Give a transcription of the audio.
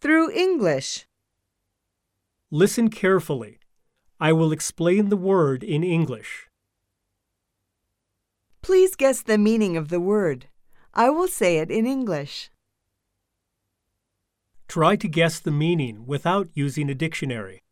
through English. Listen carefully. I will explain the word in English. Please guess the meaning of the word. I will say it in English. Try to guess the meaning without using a dictionary.